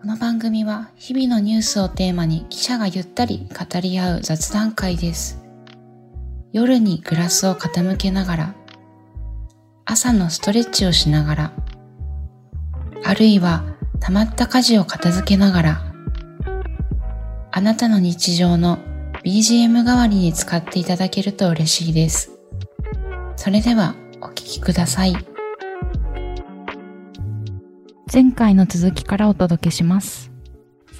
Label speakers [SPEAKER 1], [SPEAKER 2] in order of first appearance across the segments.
[SPEAKER 1] この番組は日々のニュースをテーマに記者がゆったり語り合う雑談会です。夜にグラスを傾けながら、朝のストレッチをしながら、あるいは溜まった家事を片付けながら、あなたの日常の BGM 代わりに使っていただけると嬉しいです。それではお聞きください。前回の続きからお届けします。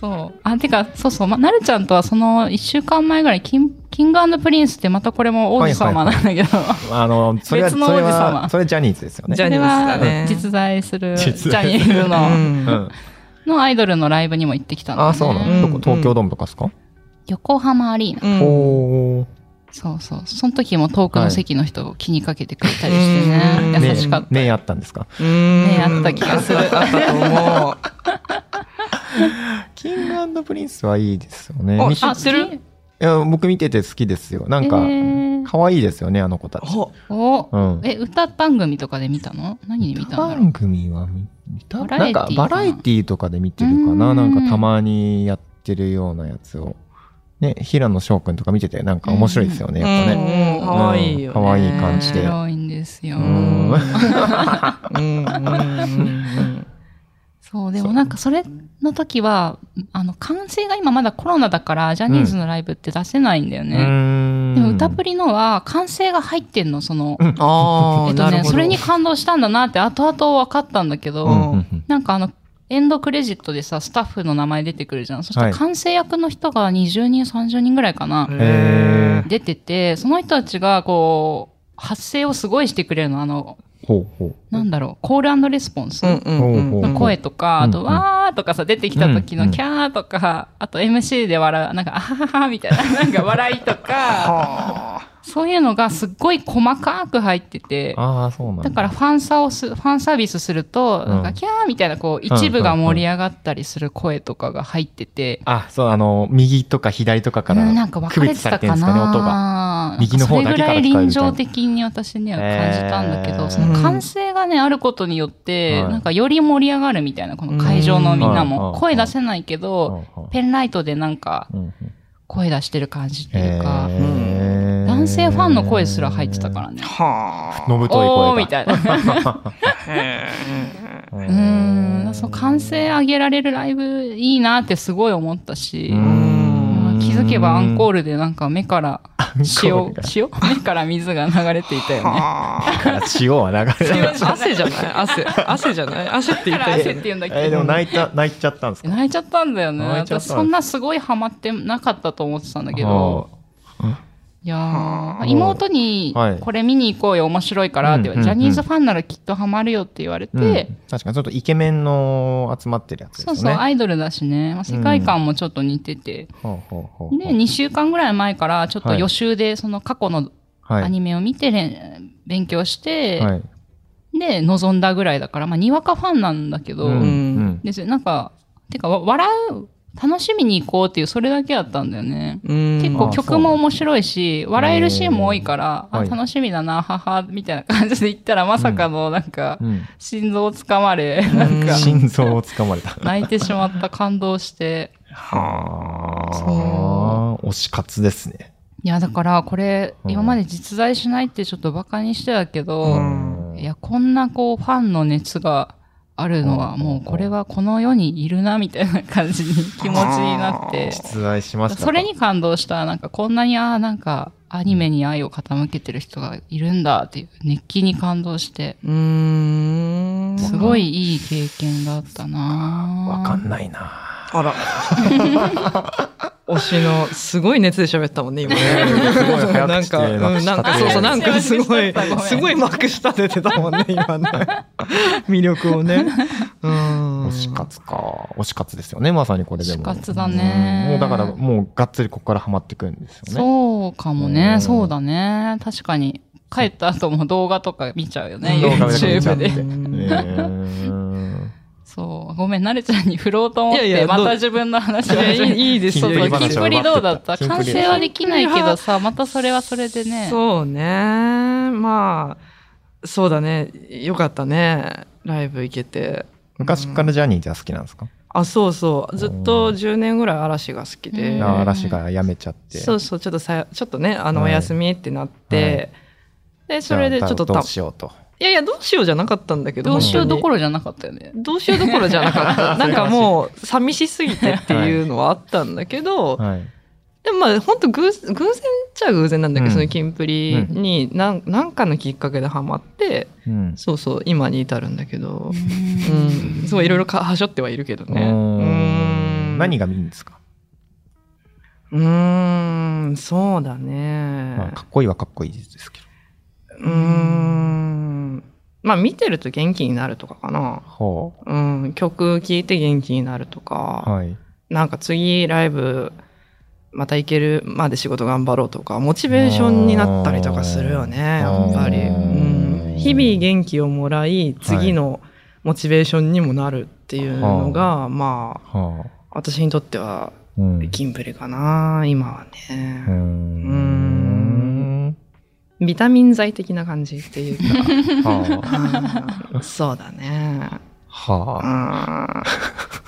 [SPEAKER 2] そう。あ、てか、そうそう。ま、なるちゃんとはその一週間前ぐらい、キンキングプリンスってまたこれも王子様なんだけど、
[SPEAKER 3] あの、それは、
[SPEAKER 2] 別の
[SPEAKER 3] それ
[SPEAKER 2] 王子様
[SPEAKER 3] は、 それジャニーズですよね。
[SPEAKER 4] ジャ
[SPEAKER 2] そ
[SPEAKER 4] ニ
[SPEAKER 2] れ
[SPEAKER 4] ーズだ
[SPEAKER 2] は
[SPEAKER 4] ね
[SPEAKER 2] 実在するジ
[SPEAKER 3] 実在
[SPEAKER 2] ャ
[SPEAKER 3] す
[SPEAKER 2] ニ
[SPEAKER 3] る
[SPEAKER 2] ーズ
[SPEAKER 4] う
[SPEAKER 2] の、
[SPEAKER 3] うんん。
[SPEAKER 2] のアイドルのライブにも行ってきたの、ね。
[SPEAKER 3] あ、そうな
[SPEAKER 4] うん
[SPEAKER 3] のどこ東京ドームとかですか
[SPEAKER 2] 横浜アリーナ。
[SPEAKER 4] うん
[SPEAKER 3] おー。
[SPEAKER 2] そうそう。その時も遠くの席の人を気にかけてくれたりしてね。
[SPEAKER 4] はい
[SPEAKER 2] 優しかった。
[SPEAKER 3] 目あったんですか
[SPEAKER 4] ね
[SPEAKER 2] あった気がする
[SPEAKER 4] あったと思う。
[SPEAKER 3] キングプリンスはいいですよね。
[SPEAKER 4] あ
[SPEAKER 3] みし
[SPEAKER 2] あ、する
[SPEAKER 3] いや僕見てて好きですよ。なんか
[SPEAKER 2] え、ー
[SPEAKER 3] 可愛いですよね、あの子たち。
[SPEAKER 4] ほ
[SPEAKER 2] お
[SPEAKER 3] うん。
[SPEAKER 2] え、歌番組とかで見たの何で見たんだろう
[SPEAKER 3] 番組は見見た
[SPEAKER 2] バラエ
[SPEAKER 3] なん
[SPEAKER 2] ティ
[SPEAKER 3] か
[SPEAKER 2] ー
[SPEAKER 3] バラエティーとかで見てるか
[SPEAKER 2] う
[SPEAKER 3] な。
[SPEAKER 2] ん
[SPEAKER 3] なんかたまにやってるようなやつを。ね、平野翔くんとか見ててなんか面白いですよね、やっぱね。
[SPEAKER 4] うんかわいいよね。
[SPEAKER 3] うんかわいい感
[SPEAKER 2] 面
[SPEAKER 3] じで
[SPEAKER 2] 白いんですよ。
[SPEAKER 3] うん
[SPEAKER 4] うんうんうん
[SPEAKER 2] そう、でもなんかそれの時は、あの、完成が今まだコロナだから、ジャニーズのライブって出せないんだよ
[SPEAKER 3] う
[SPEAKER 2] ね。
[SPEAKER 3] ん
[SPEAKER 2] でも、歌プリのは、完成が入ってんの、その、
[SPEAKER 3] うん
[SPEAKER 4] あ
[SPEAKER 2] え
[SPEAKER 4] あ、
[SPEAKER 2] っと
[SPEAKER 4] なる
[SPEAKER 2] ね、
[SPEAKER 4] ほど。
[SPEAKER 2] それに感動したんだなって、後々分かったんだけ
[SPEAKER 3] うん
[SPEAKER 2] ど、
[SPEAKER 3] うんうん
[SPEAKER 2] なんかあの、エンドクレジットでさ、スタッフの名前出てくるじゃん。そした
[SPEAKER 3] は
[SPEAKER 2] ら、
[SPEAKER 3] い
[SPEAKER 2] 完成役の人が20人、30人ぐらいかな、
[SPEAKER 3] へー
[SPEAKER 2] 出てて、その人たちが、こう、発声をすごいしてくれるの、あの、
[SPEAKER 3] ほうほう。
[SPEAKER 2] なんだろう、コールレスポンス。
[SPEAKER 4] うんうんうん
[SPEAKER 3] ほうほう
[SPEAKER 2] 声とか、
[SPEAKER 3] う
[SPEAKER 2] あ
[SPEAKER 3] ん
[SPEAKER 2] と、わーとかさ、出てきた時
[SPEAKER 3] う
[SPEAKER 2] の
[SPEAKER 3] ん
[SPEAKER 2] キャーとか、あと MC で笑う、なんか、あはははみたい な、なんか笑いとか、そういうのがすっごい細かく入ってて、
[SPEAKER 3] ああ、そうなんだ。
[SPEAKER 2] だからファンサをす、ファンサービスすると、
[SPEAKER 3] うん
[SPEAKER 2] なんか、キャーみたいな、こう、一部が盛り上がったりする声とかが入ってて、
[SPEAKER 3] あ、そう、あの、右とか左とかか
[SPEAKER 2] うん
[SPEAKER 3] ら
[SPEAKER 2] なんか分
[SPEAKER 3] 区
[SPEAKER 2] かれ
[SPEAKER 3] 別
[SPEAKER 2] て
[SPEAKER 3] され
[SPEAKER 2] た
[SPEAKER 3] てるん
[SPEAKER 2] か
[SPEAKER 3] ですかね、音が。
[SPEAKER 2] な
[SPEAKER 3] 右の方だけから聞こえるみ
[SPEAKER 2] それぐ
[SPEAKER 3] た
[SPEAKER 2] らい
[SPEAKER 3] い
[SPEAKER 2] 臨
[SPEAKER 3] な
[SPEAKER 2] 場的に私には感じたんだけど、
[SPEAKER 3] えー
[SPEAKER 2] その完成がね、あることによって、
[SPEAKER 3] はい
[SPEAKER 2] なんかより盛り上がるみたいな、この会場のみんな
[SPEAKER 3] うんはい
[SPEAKER 2] も。
[SPEAKER 3] はい
[SPEAKER 2] 声出せないけ
[SPEAKER 3] う
[SPEAKER 2] ど、
[SPEAKER 3] んうん
[SPEAKER 2] ペンライトでなんか
[SPEAKER 3] うんうん
[SPEAKER 2] 声出してる感じっていうか、
[SPEAKER 3] へー
[SPEAKER 2] 男性ファンの声すら入ってたからね。
[SPEAKER 4] は
[SPEAKER 3] のぶとい
[SPEAKER 2] おー
[SPEAKER 3] 声
[SPEAKER 2] み
[SPEAKER 3] が。
[SPEAKER 2] たいな。
[SPEAKER 4] あ。へえ
[SPEAKER 3] う
[SPEAKER 2] うーん、そう、完成上げられるライブいいなってすごい思ったし、
[SPEAKER 3] ん
[SPEAKER 2] 気づけばアンコールでなんか目から
[SPEAKER 3] 塩
[SPEAKER 2] 塩、塩目から水が流れていたよね。
[SPEAKER 4] は
[SPEAKER 3] 塩は流れない。
[SPEAKER 4] あ。汗じゃない汗。汗じゃない汗って言
[SPEAKER 2] だ
[SPEAKER 4] っ
[SPEAKER 2] から
[SPEAKER 4] たらいい
[SPEAKER 2] 汗って
[SPEAKER 4] よね。
[SPEAKER 2] 言うんだけど、
[SPEAKER 3] えー、でも泣いた、泣いちゃったんですか
[SPEAKER 2] 泣いちゃったんだよね
[SPEAKER 3] 泣いちゃった
[SPEAKER 2] 私
[SPEAKER 3] んですか
[SPEAKER 2] そんなすごいハマってなかったと思ってたんだけど
[SPEAKER 3] はい
[SPEAKER 2] や
[SPEAKER 4] は
[SPEAKER 2] ー
[SPEAKER 3] あ
[SPEAKER 2] 妹に
[SPEAKER 3] は
[SPEAKER 2] 「
[SPEAKER 3] い
[SPEAKER 2] これ見に行こうよ面白いから」って言われて、
[SPEAKER 3] うんうんうん
[SPEAKER 2] ジャニーズファンならきっとハマるよ」って言われて、
[SPEAKER 3] いうん確かにちょっとイケメンの集まってるやつです
[SPEAKER 2] そ
[SPEAKER 3] よ
[SPEAKER 2] う
[SPEAKER 3] ね。
[SPEAKER 2] そう、アイドルだしね、まあ、世界観もちょっと似てて、
[SPEAKER 3] ほうほうほうほう
[SPEAKER 2] で2週間ぐらい前からちょっと予習でその過去の
[SPEAKER 3] はい
[SPEAKER 2] アニメを見て、れん勉強して、
[SPEAKER 3] はい
[SPEAKER 2] で臨んだぐらいだからまあにわかファンなんだけど、
[SPEAKER 3] うんうん
[SPEAKER 2] ですよなんかてかわ笑う楽しみに行こうっていうそれだけだったんだよね、
[SPEAKER 4] 結
[SPEAKER 2] 結構
[SPEAKER 3] あ
[SPEAKER 2] 曲も面白いし、笑えるシーンも多いから、
[SPEAKER 3] へー
[SPEAKER 2] あ
[SPEAKER 3] はい
[SPEAKER 2] 楽しみだな、母、みたいな感じで言ったら、まさかの、なんか、
[SPEAKER 3] うん
[SPEAKER 2] 心臓をつかまれ、なんか、
[SPEAKER 3] 心臓をつかま れた。
[SPEAKER 2] 泣いてしまった、感動して。
[SPEAKER 3] はあ、推し活ですね。
[SPEAKER 2] いや、だから、これ、
[SPEAKER 3] うん
[SPEAKER 2] 今まで実在しないってちょっとバカにしてたけ
[SPEAKER 4] う
[SPEAKER 2] ど、
[SPEAKER 4] ん
[SPEAKER 2] いや、こんなこう、ファンの熱があるのは、
[SPEAKER 3] うん
[SPEAKER 2] もう、これはこの世にいるな、みたいな感じに気持ちになって。
[SPEAKER 3] 実在しましたか
[SPEAKER 2] それに感動した。なんかこんなに、ああ、なんかアニメに愛を傾けてる人がいるんだっていう熱気に感動して、
[SPEAKER 4] うーん。
[SPEAKER 2] すごいいい経験だったな
[SPEAKER 3] わかんないな。
[SPEAKER 4] あら。 推しの、すごい熱で喋ったもんね、今ね。
[SPEAKER 3] すごい早
[SPEAKER 4] なん
[SPEAKER 3] 口で
[SPEAKER 4] か、うん、なんか、そうそう、なんかす ごい
[SPEAKER 2] ごめん、
[SPEAKER 4] すごいまくしたててたもんね、今ね。魅力をね。うん。
[SPEAKER 3] 推し活か。推し活ですよね、まさにこれでも。
[SPEAKER 2] 死活だね
[SPEAKER 3] うんもうだから、もうがっつりここからハマってくんですよね。
[SPEAKER 2] そうかも
[SPEAKER 3] う
[SPEAKER 2] ね。
[SPEAKER 3] ん
[SPEAKER 2] そうだね。確かに。帰った後も動画とか見ちゃうよね。
[SPEAKER 3] 動画見ちゃう
[SPEAKER 2] YouTube
[SPEAKER 3] 見ちゃ
[SPEAKER 2] で
[SPEAKER 3] う。えー
[SPEAKER 2] そう。ごめん、なるちゃんに振ろうと思っ
[SPEAKER 4] いやい
[SPEAKER 2] て、
[SPEAKER 4] や
[SPEAKER 2] ま
[SPEAKER 4] どう
[SPEAKER 2] た自分の話
[SPEAKER 4] いやいいいいです
[SPEAKER 2] そう
[SPEAKER 4] よ、
[SPEAKER 2] そう、
[SPEAKER 3] 金プリ話
[SPEAKER 2] キプリどうだった
[SPEAKER 3] 金プリ
[SPEAKER 2] 完成はできないけどさ、またそれはそれでね。
[SPEAKER 4] そうね。まあ、そうだね。よかったね。ライブ行けて。
[SPEAKER 3] 昔からジャニーズは好きなんですか
[SPEAKER 4] ああそうそうずっと10年ぐらい嵐が好き
[SPEAKER 2] う
[SPEAKER 4] で、
[SPEAKER 2] ん
[SPEAKER 3] な嵐が辞めちゃって。
[SPEAKER 4] そうそうちょっとさちょっとねあのお
[SPEAKER 3] はい
[SPEAKER 4] 休みってなって、でそれでちょっと
[SPEAKER 3] じゃあど
[SPEAKER 4] た
[SPEAKER 3] うしようと。
[SPEAKER 4] いやいやどうしようじゃなかったんだけど
[SPEAKER 2] どうしようどこ
[SPEAKER 4] ろ
[SPEAKER 2] ろじゃなかったよね。
[SPEAKER 4] どうしようどころじゃな かったなんかもう寂しすぎてっていうのはあったんだけど、
[SPEAKER 3] はい。
[SPEAKER 4] でもまあ本当偶偶然っちゃ偶然なんだけ
[SPEAKER 3] う
[SPEAKER 4] ど、
[SPEAKER 3] ん
[SPEAKER 4] そのキンプリに何,、ん、なんかのきっかけでハマって
[SPEAKER 3] うん。
[SPEAKER 4] そうそう今に至るんだけど、
[SPEAKER 2] う
[SPEAKER 4] うん、そういろいろかはしょってはいるけどね。
[SPEAKER 3] うーん
[SPEAKER 4] うん
[SPEAKER 3] 何がいいんですか、
[SPEAKER 4] うーん、そうだね。
[SPEAKER 3] まあ、かっこいいはかっこいいですけど。
[SPEAKER 4] うーん。まあ見てると元気になるとかかな。
[SPEAKER 3] ほ
[SPEAKER 4] うん、曲聴いて元気になると
[SPEAKER 3] う。
[SPEAKER 4] か、
[SPEAKER 3] はい。
[SPEAKER 4] なんか次ライブまた行けるまで仕事頑張ろうとか、モチベーションになったりとかするよね、やっぱり。
[SPEAKER 3] あー
[SPEAKER 4] うん、日々元気をもらい、次のモチベーションにもなるっていうのが、まあ、
[SPEAKER 3] はあ。
[SPEAKER 4] 私にとっては
[SPEAKER 3] うん。
[SPEAKER 4] キンプリかな、今はね。
[SPEAKER 3] うーん。
[SPEAKER 4] ビタミン剤的な感じっていうか。
[SPEAKER 3] は
[SPEAKER 4] うんそうだね。
[SPEAKER 3] あ。はあ。
[SPEAKER 4] あ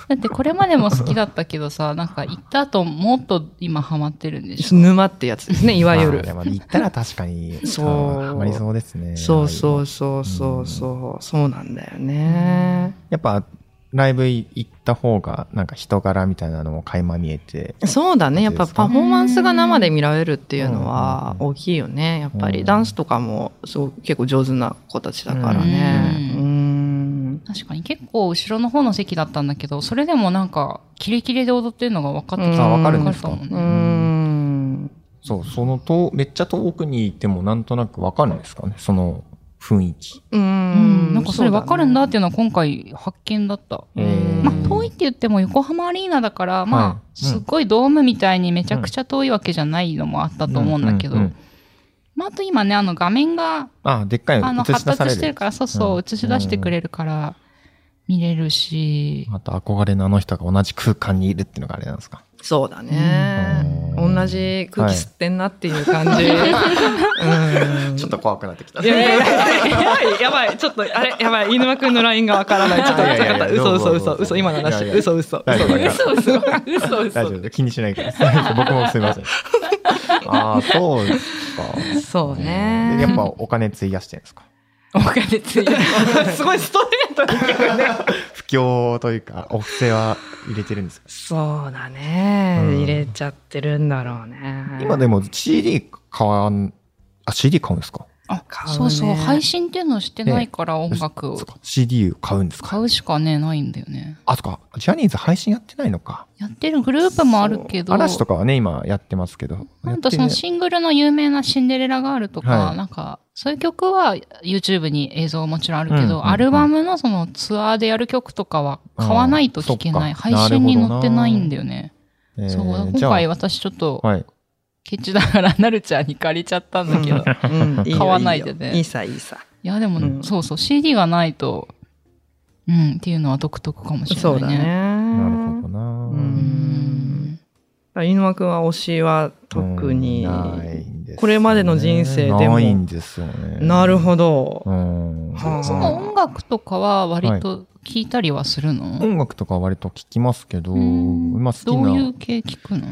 [SPEAKER 2] だってこれまでも好きだったけどさ、なんか行った後もっと今ハマってるんでしょ。
[SPEAKER 4] 沼ってやつです ね、いわゆ
[SPEAKER 3] あで
[SPEAKER 4] る。
[SPEAKER 3] も行ったら確かに、
[SPEAKER 4] そう
[SPEAKER 3] あハマりそうですね。
[SPEAKER 4] そう
[SPEAKER 3] は
[SPEAKER 4] そ。
[SPEAKER 3] いう
[SPEAKER 4] そうそうそう、そうなんだよね。
[SPEAKER 3] やっぱ、ライブ行った方が、なんか人柄みたいなのも垣間見えて。
[SPEAKER 4] そうだね。やっ
[SPEAKER 3] どう
[SPEAKER 4] ぱ
[SPEAKER 3] ですか
[SPEAKER 4] パフォーマンスが生で見られるっていうのは大きいよね。やっぱ
[SPEAKER 3] う
[SPEAKER 4] り
[SPEAKER 3] ん
[SPEAKER 4] ダンスとかもすごく結構上手な子たちだからね。
[SPEAKER 2] う
[SPEAKER 4] うん。
[SPEAKER 2] 確かに結構後ろの方の席だったんだけど、それでもなんかキレキレで踊ってるのが分かってきた。
[SPEAKER 3] あ、わかるん
[SPEAKER 2] わ
[SPEAKER 3] です
[SPEAKER 2] か
[SPEAKER 3] か
[SPEAKER 2] るかもね
[SPEAKER 4] うん。
[SPEAKER 3] そう、そのと、めっちゃ遠くにいてもなんとなくわかるんですかね、その雰囲気。
[SPEAKER 4] う
[SPEAKER 2] うん
[SPEAKER 4] ん。
[SPEAKER 2] なんかそれ分かるんだっていう
[SPEAKER 4] い
[SPEAKER 2] のは今回発見だった。
[SPEAKER 4] うね。
[SPEAKER 2] まあ遠いって言っても横浜アリーナだから、
[SPEAKER 3] はい
[SPEAKER 2] ま
[SPEAKER 3] うん
[SPEAKER 2] あすごいドームみたいにめちゃくちゃ遠いわけじゃないのもあったと思うんだけど、
[SPEAKER 3] うう
[SPEAKER 2] まああと今ね、あの画面が
[SPEAKER 3] あ、でっかい
[SPEAKER 2] あの
[SPEAKER 3] の映し
[SPEAKER 2] 発
[SPEAKER 3] 出さ
[SPEAKER 2] 達し
[SPEAKER 3] れ
[SPEAKER 2] て
[SPEAKER 3] る
[SPEAKER 2] る。から、そうそう、
[SPEAKER 3] うん
[SPEAKER 2] 映し出してくれるから見れるし、
[SPEAKER 3] また憧れのあの人が同じ空間にいるっていうのがあれなんですか。
[SPEAKER 4] そうだね。
[SPEAKER 3] うん
[SPEAKER 4] 同じ空気吸ってんなっていう感じ。うん
[SPEAKER 3] ちょっと怖くなってきた。
[SPEAKER 4] いやいやいややばい、やばい、ちょっと、あれ、やばい、犬間くんのラインがわからない。ちょっと、
[SPEAKER 3] い
[SPEAKER 4] ち
[SPEAKER 3] や
[SPEAKER 4] ょっ
[SPEAKER 3] いやいや
[SPEAKER 4] と嘘、
[SPEAKER 3] ど
[SPEAKER 4] 嘘、
[SPEAKER 3] うぞど
[SPEAKER 4] 嘘、
[SPEAKER 3] うぞ
[SPEAKER 4] 嘘、今の
[SPEAKER 3] い
[SPEAKER 4] 話、
[SPEAKER 3] やいや
[SPEAKER 4] 嘘、嘘。
[SPEAKER 3] 大丈夫大丈
[SPEAKER 4] 嘘、嘘、嘘、
[SPEAKER 3] 大
[SPEAKER 4] 嘘
[SPEAKER 3] 丈。夫気にしないから。僕もすいま せん。ああ、そうですか。
[SPEAKER 4] そう
[SPEAKER 3] うんでやっ
[SPEAKER 4] ね。
[SPEAKER 3] ぱお金費やしてるんですか。
[SPEAKER 2] お金ついて。
[SPEAKER 4] すごいストレートに。
[SPEAKER 3] 不況というか、お布施は入れてるんですか。
[SPEAKER 4] そうだね
[SPEAKER 3] うん。
[SPEAKER 4] 入れちゃってるんだろうね。
[SPEAKER 3] 今でも CD 買わん、あ、CD 買うんですか。
[SPEAKER 2] あ
[SPEAKER 4] 買うね
[SPEAKER 2] そうそう、配信っていうのしてないから音楽
[SPEAKER 3] そっか CD を買うんですか。
[SPEAKER 2] 買うしかね、ないんだよね。
[SPEAKER 3] あ、そっか。ジャニーズ配信やってないのか。
[SPEAKER 2] やってるグループもあるけど、
[SPEAKER 3] 嵐とかはね、今やってますけど。
[SPEAKER 2] なんとそのシングルの有名なシンデレラガールとか、
[SPEAKER 3] はい
[SPEAKER 2] なんか、そういう曲は YouTube に映像もちろんあるけど、
[SPEAKER 3] うんうんうん
[SPEAKER 2] アルバムのそのツアーでやる曲とかは買わないと聴けない。
[SPEAKER 3] あーそっ
[SPEAKER 2] 配
[SPEAKER 3] か
[SPEAKER 2] 信に載ってないんだよね。
[SPEAKER 3] えー
[SPEAKER 2] そう、
[SPEAKER 3] じ
[SPEAKER 2] 今
[SPEAKER 3] ゃあ
[SPEAKER 2] 回私ちょっと、
[SPEAKER 3] はい。
[SPEAKER 2] ケチだからなるちゃんに借りちゃったんだ けど。い
[SPEAKER 4] うん、いいよ
[SPEAKER 2] 買わないでね
[SPEAKER 4] いいよいいさ、いいさ。
[SPEAKER 2] やでも、
[SPEAKER 4] うん
[SPEAKER 2] そうそう、CD がないと、うん、っていうのは独特かもしれないね。
[SPEAKER 4] そうだね。
[SPEAKER 3] なるほどな。
[SPEAKER 4] う。
[SPEAKER 2] うんん。
[SPEAKER 4] 犬間くんは推しは特に。
[SPEAKER 3] ないんですよね
[SPEAKER 4] これまでの人生でも
[SPEAKER 3] ないんですよね。
[SPEAKER 4] なるほど。
[SPEAKER 3] ど。うん。
[SPEAKER 4] はあ
[SPEAKER 2] その音楽とかは割と聴いたりはするの、
[SPEAKER 3] 音楽とかは割と聞きますけど、
[SPEAKER 2] うん
[SPEAKER 3] 今好き
[SPEAKER 2] どうい
[SPEAKER 3] な
[SPEAKER 2] う、系聴くの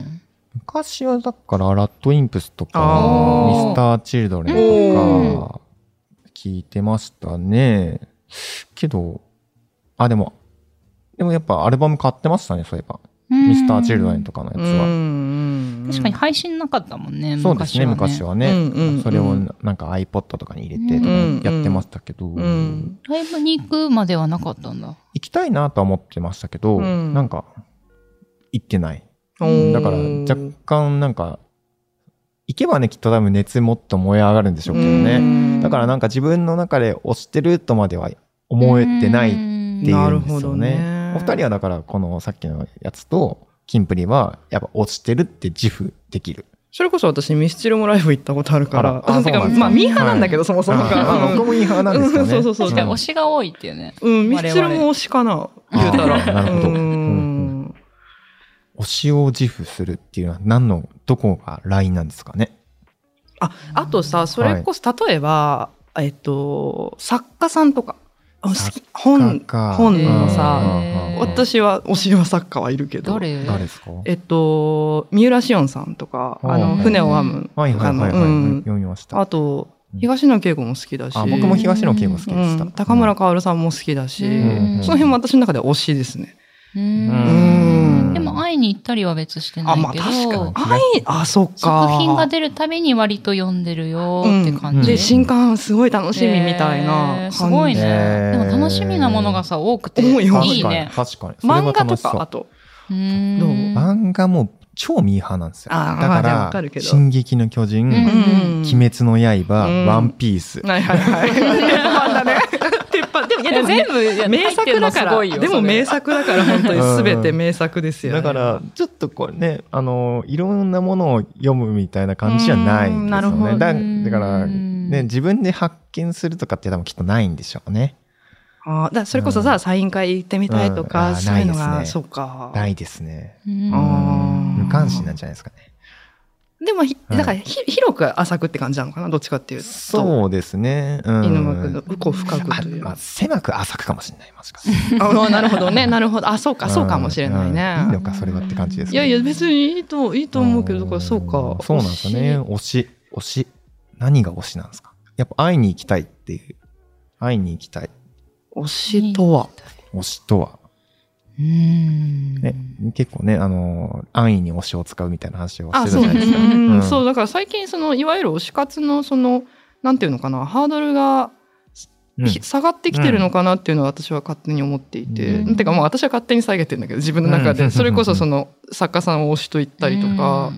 [SPEAKER 3] 昔はだから、ラッドインプスとか、
[SPEAKER 4] あ
[SPEAKER 3] ミ
[SPEAKER 4] ー
[SPEAKER 3] スター・チルドレン
[SPEAKER 4] うん
[SPEAKER 3] とか、聞いてましたね。けど、あ、でも、でもやっぱアルバム買ってましたね、そういえば。ミスター・チルドレンとかのやつは。
[SPEAKER 2] 確
[SPEAKER 4] 確
[SPEAKER 2] かに配信なかったもんね。
[SPEAKER 3] そうですね、昔はね。
[SPEAKER 4] うんうんうん
[SPEAKER 3] それをななんか iPod とかに入れてとかやってましたけど、
[SPEAKER 4] うん、
[SPEAKER 2] ライブに行くまではなかったんだ。
[SPEAKER 3] 行きたいなとは思ってましたけど、
[SPEAKER 4] うん
[SPEAKER 3] なんか、行ってない。
[SPEAKER 2] うん
[SPEAKER 3] だから若干なんか、行けばね、きっと多分熱もっと燃え上がるんでしょうけど
[SPEAKER 2] う
[SPEAKER 3] ね。
[SPEAKER 2] ん
[SPEAKER 3] だからなんか自分の中で推してるとまでは思えてないってい
[SPEAKER 4] な
[SPEAKER 3] う
[SPEAKER 4] る
[SPEAKER 3] んで
[SPEAKER 4] ほ
[SPEAKER 3] すよ
[SPEAKER 4] ど
[SPEAKER 3] ね
[SPEAKER 4] ね。
[SPEAKER 3] お二人はだからこのさっきのやつと、キンプリはやっぱ推してるって自負できる。
[SPEAKER 4] それこそ私ミスチルもライブ行ったことあるか
[SPEAKER 3] あ
[SPEAKER 4] ら
[SPEAKER 3] らあ
[SPEAKER 4] て
[SPEAKER 3] そうなんで
[SPEAKER 4] か
[SPEAKER 3] すね
[SPEAKER 4] まあミーハーなんだけど、そもそも
[SPEAKER 3] あま
[SPEAKER 4] が
[SPEAKER 3] あ僕もいい派なんですよね。
[SPEAKER 4] うんそうそうそう
[SPEAKER 2] 確かに推しが多いっていうね。
[SPEAKER 4] うん、ミ
[SPEAKER 2] 我々
[SPEAKER 4] スチルも推しかな言うた
[SPEAKER 3] あー
[SPEAKER 4] ら
[SPEAKER 3] なるほど
[SPEAKER 4] うん
[SPEAKER 3] うん推しを自負するっていうのは何のどこがラインなんですかね
[SPEAKER 4] ああとさそれこそ例えば、えっと作家さんとかあ好き本本のさ
[SPEAKER 2] えー
[SPEAKER 4] 私は推しはサッカーはいるけど
[SPEAKER 2] 誰
[SPEAKER 3] 誰ですか
[SPEAKER 4] えっと三浦紫音さんとかあ
[SPEAKER 3] あ
[SPEAKER 4] の
[SPEAKER 3] ー
[SPEAKER 4] 船を編む
[SPEAKER 3] はいはいはいはい、
[SPEAKER 4] あのうん
[SPEAKER 3] 読みました。
[SPEAKER 4] あ
[SPEAKER 3] あ
[SPEAKER 4] と東野圭吾も好きだし
[SPEAKER 3] 僕も東野圭吾好きでした。
[SPEAKER 4] うん高村薫さんも好きだし、
[SPEAKER 2] うん
[SPEAKER 4] その辺も私の中では推しですね。
[SPEAKER 2] う
[SPEAKER 4] うんん
[SPEAKER 2] でも会いに行ったりは別してない
[SPEAKER 4] あまあ
[SPEAKER 2] けど、
[SPEAKER 4] 確かに
[SPEAKER 3] あ
[SPEAKER 4] 愛あそっか
[SPEAKER 2] 作品が出るたびに割と読んでるよって感じ、
[SPEAKER 3] うん
[SPEAKER 4] で新刊すごい楽しみみたい
[SPEAKER 2] えー
[SPEAKER 4] な感じ
[SPEAKER 2] すごいね、
[SPEAKER 3] へー
[SPEAKER 2] でも楽しみなものがさ多くて
[SPEAKER 4] 多いよ
[SPEAKER 2] いいね
[SPEAKER 3] 確かに。確かに
[SPEAKER 4] 漫画と
[SPEAKER 3] それ
[SPEAKER 4] か
[SPEAKER 3] は
[SPEAKER 4] あ
[SPEAKER 3] 楽し
[SPEAKER 4] と
[SPEAKER 2] うーん
[SPEAKER 4] どう
[SPEAKER 3] そう漫画も超ミーハーなんですよ。だ
[SPEAKER 4] あーまあねわ
[SPEAKER 3] か
[SPEAKER 4] からる、けど
[SPEAKER 3] 進撃の巨人、
[SPEAKER 2] うん
[SPEAKER 3] 鬼滅の刃、
[SPEAKER 4] うん
[SPEAKER 3] ワンピース。
[SPEAKER 4] はいは いはい 鉄板だね鉄板でもいやでも
[SPEAKER 2] 全部いや
[SPEAKER 4] 名作だからでも名作だから本当に全て名作ですよね
[SPEAKER 3] だから、ちょっとこれね、あの、いろんなものを読むみたいな感じじゃないんですよ
[SPEAKER 4] うんなるほ
[SPEAKER 3] ね。
[SPEAKER 4] ど
[SPEAKER 3] だ
[SPEAKER 2] うん
[SPEAKER 3] だから、ね、自分で発見するとかって多分きっとないんでしょうね。
[SPEAKER 4] あーだからそれこそさ、サイン会行ってみたい
[SPEAKER 3] う
[SPEAKER 4] と
[SPEAKER 3] んあー
[SPEAKER 4] かそういうの
[SPEAKER 3] ない
[SPEAKER 4] が、
[SPEAKER 3] です
[SPEAKER 4] そ
[SPEAKER 3] ね
[SPEAKER 4] うか
[SPEAKER 3] ないですね。
[SPEAKER 2] うん
[SPEAKER 4] あー
[SPEAKER 3] うん無関心なんじゃないですかね。
[SPEAKER 4] でもひ
[SPEAKER 3] はい
[SPEAKER 4] だからひ広く浅くって感じなのかなどっちかっていうと
[SPEAKER 3] そうですね。うん。
[SPEAKER 4] 井上君のうこ深くという
[SPEAKER 3] まあ、
[SPEAKER 4] あ
[SPEAKER 3] 狭く浅くかもしれない、もしかして。
[SPEAKER 4] ーなるほどねなるほど あそうかそうかもしれない
[SPEAKER 3] うんいい
[SPEAKER 4] ね
[SPEAKER 3] のか、それはって感じです
[SPEAKER 4] い
[SPEAKER 3] ね
[SPEAKER 4] やいや別にいいといいと思うけどだからそう
[SPEAKER 3] うん
[SPEAKER 4] か
[SPEAKER 3] そうなんですよね。推し、推し。何が推しなんですかやっぱ会いに行きたいっていう。会いに行きたい。
[SPEAKER 4] 推しとは
[SPEAKER 3] 推しとは。
[SPEAKER 2] うん
[SPEAKER 3] ね、結構ね、あのー、安易に推しを使うみたいな話をして
[SPEAKER 4] あ
[SPEAKER 3] た
[SPEAKER 4] そ
[SPEAKER 3] じ
[SPEAKER 4] う
[SPEAKER 3] ゃないですか。
[SPEAKER 4] うん
[SPEAKER 3] うん
[SPEAKER 4] そうだから最近そのいわゆる推し活のそのなんていうのかなハードルが
[SPEAKER 3] うん
[SPEAKER 4] ひ下がってきてるのかなっていうのは私は勝手に思っていて、
[SPEAKER 3] うん
[SPEAKER 4] てかまあ私は勝手に下げてるんだけど自分の中
[SPEAKER 3] うん
[SPEAKER 4] でそれこそその作家さんを推しと言ったりとか、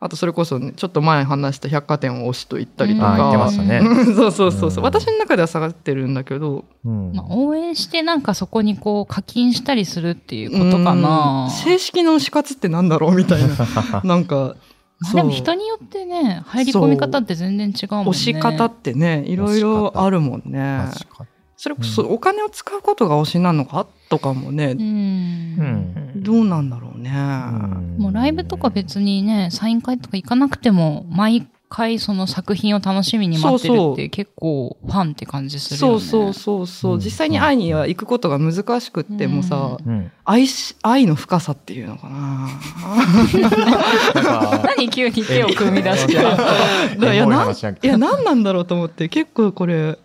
[SPEAKER 4] あとそれこそねちょっと前話した百貨店を推しと言ったりと
[SPEAKER 3] あー言ってま
[SPEAKER 4] か
[SPEAKER 3] し、たね。
[SPEAKER 4] うん そうそうそうそううん私の中では下がってるんだけど
[SPEAKER 3] うん
[SPEAKER 2] まあ、応援してなんかそこにこう課金したりするっていうことかな
[SPEAKER 4] うん、正式の推し活ってなんだろうみたい ななんか
[SPEAKER 2] まあ
[SPEAKER 4] そう
[SPEAKER 2] でも人によってね入り込み方って全然違うもんね
[SPEAKER 4] 推し方ってねいろいろあるもんね。
[SPEAKER 3] 確か
[SPEAKER 4] それこそお金を使うことが推しなのかとかもね
[SPEAKER 2] う、ん
[SPEAKER 3] に。うん
[SPEAKER 4] どうなんだろうね。
[SPEAKER 2] もうライブとか別にねサイン会とか行かなくても毎回その作品を楽しみに待ってる
[SPEAKER 4] そ
[SPEAKER 2] っ
[SPEAKER 4] うそ
[SPEAKER 2] て結構ファンって感じするよね
[SPEAKER 4] そうそうそうそう、
[SPEAKER 3] うん
[SPEAKER 4] 実際に会いには行くことが難しくってもさ、
[SPEAKER 2] う
[SPEAKER 3] うん。
[SPEAKER 4] 愛し愛の深さっていうのか な
[SPEAKER 3] なんか、
[SPEAKER 2] 何急に手を組み出し ちゃう
[SPEAKER 4] だからいや
[SPEAKER 3] エモい
[SPEAKER 4] なん
[SPEAKER 3] 話だ
[SPEAKER 4] い
[SPEAKER 3] けど
[SPEAKER 4] や何なんだろうと思って結構これ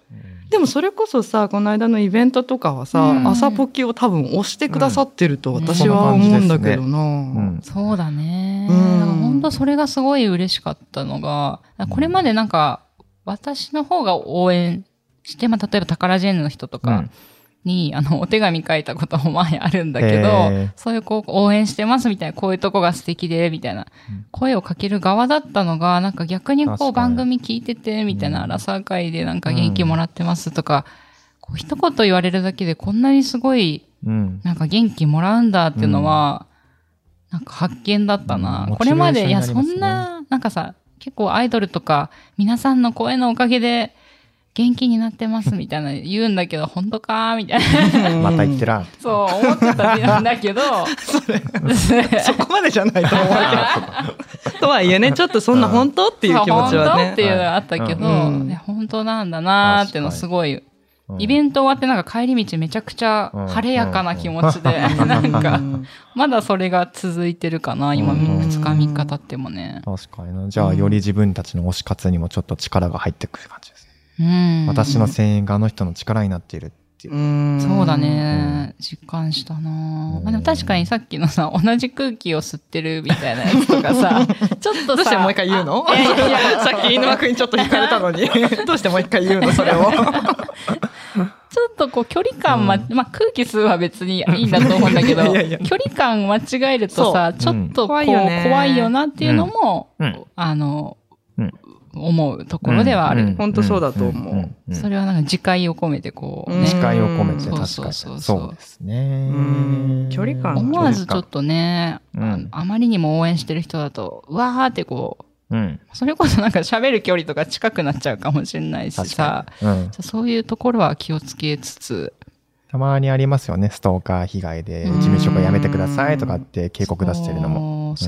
[SPEAKER 4] でもそれこそさこの間のイベントとかはさ、
[SPEAKER 2] うん
[SPEAKER 4] 朝ポキを多分押してくださってると私は
[SPEAKER 3] うん
[SPEAKER 4] 思うんだけどな、
[SPEAKER 3] うん
[SPEAKER 2] そうだね
[SPEAKER 4] うん
[SPEAKER 2] だから本当それがすごい嬉しかったのがこれまでなんか私の方が応援して、まあ、例えば宝ジェンヌの人と
[SPEAKER 3] う
[SPEAKER 2] か
[SPEAKER 3] ん
[SPEAKER 2] に、あの、お手紙書いたことも前あるんだけど、
[SPEAKER 3] へー
[SPEAKER 2] そういうこう、応援してますみたいな、こういうとこが素敵で、みたいな、声をかける側だったのが、なんか逆に
[SPEAKER 3] 確か
[SPEAKER 2] こう、
[SPEAKER 3] に
[SPEAKER 2] 番組聞いてて、みたいな、
[SPEAKER 3] う
[SPEAKER 2] ア
[SPEAKER 3] ん
[SPEAKER 2] ラサー会でなんか元気もらってますとか、こう、一言言われるだけでこんなにすごい、
[SPEAKER 3] うん。
[SPEAKER 2] なんか元気もらうんだっていうのは、なんか発見だったな。
[SPEAKER 3] うん
[SPEAKER 2] これまで、いや、
[SPEAKER 3] モチベーシ
[SPEAKER 2] そ
[SPEAKER 3] ョン
[SPEAKER 2] ん
[SPEAKER 3] になりますね
[SPEAKER 2] な、なんかさ、結構アイドルとか、皆さんの声のおかげで、元気になってますみたいな言うんだけど、本当かみたいな。
[SPEAKER 3] また行ってら。
[SPEAKER 2] そう思ってたんだけど、
[SPEAKER 4] そこまでじゃないと思うけどとはいえねちょっとそんな本当っていう気持ちは
[SPEAKER 2] 本当
[SPEAKER 4] ね
[SPEAKER 2] っていうのがあったけど、
[SPEAKER 4] うん
[SPEAKER 2] ね本当なんだなーっていうのすごい、イベ
[SPEAKER 3] ン
[SPEAKER 2] ント終わってなんか帰り道めちゃくちゃ晴れやかな気持ちで、なんか、まだそれが続いてるかな、今
[SPEAKER 3] うん
[SPEAKER 2] 2日3日経ってもね。
[SPEAKER 3] ト。確かにな。じゃあ、より自分たちの推し活にもちょっと力が入ってくる感じですね。
[SPEAKER 2] うん。
[SPEAKER 3] 私の声援があの人の力になっているっていう。
[SPEAKER 4] ん
[SPEAKER 2] そうだね。実感したな、まあでも確かにさっきのさ、同じ空気を吸ってるみたいなやつとか さ、ちょっとさ、
[SPEAKER 4] どうしてもう一回言うの
[SPEAKER 2] あいやいやいや
[SPEAKER 4] さっき犬くんにちょっと惹かれたのにどうしてもう一回言うのそれを
[SPEAKER 2] ちょっとこう距離感ま、まあ空気吸うは別にいいんだと思うんだけど、
[SPEAKER 4] いやいや
[SPEAKER 2] 距離感間違えるとさ、ち
[SPEAKER 3] そう
[SPEAKER 2] ょっとこう、
[SPEAKER 4] うん怖いよね
[SPEAKER 2] 怖いよなっていうのも、
[SPEAKER 3] うん
[SPEAKER 2] あの、
[SPEAKER 3] うん
[SPEAKER 2] 思うところではある。
[SPEAKER 3] うん
[SPEAKER 4] 本当そうだと思うん
[SPEAKER 3] ん
[SPEAKER 2] それはなんか自戒を込めてこう
[SPEAKER 4] うん
[SPEAKER 2] ね、
[SPEAKER 3] 誓いを込めて
[SPEAKER 2] うん
[SPEAKER 3] 確かに
[SPEAKER 2] そうそうそうそう
[SPEAKER 3] そうですね
[SPEAKER 4] うん距離感
[SPEAKER 2] 思わずちょっとね、
[SPEAKER 3] うん
[SPEAKER 2] あのあまりにも応援してる人だと、うわーってこう、
[SPEAKER 3] うん
[SPEAKER 2] それこそなんか喋る距離とか近くなっちゃうかもしれないし
[SPEAKER 3] 確
[SPEAKER 2] さ
[SPEAKER 3] か、にうん
[SPEAKER 2] そういうところは気をつけつつ、
[SPEAKER 3] たまにありますよねストーカー被害で事務所がやめてくださいとかって警告出してるのも
[SPEAKER 2] も
[SPEAKER 3] う
[SPEAKER 2] そ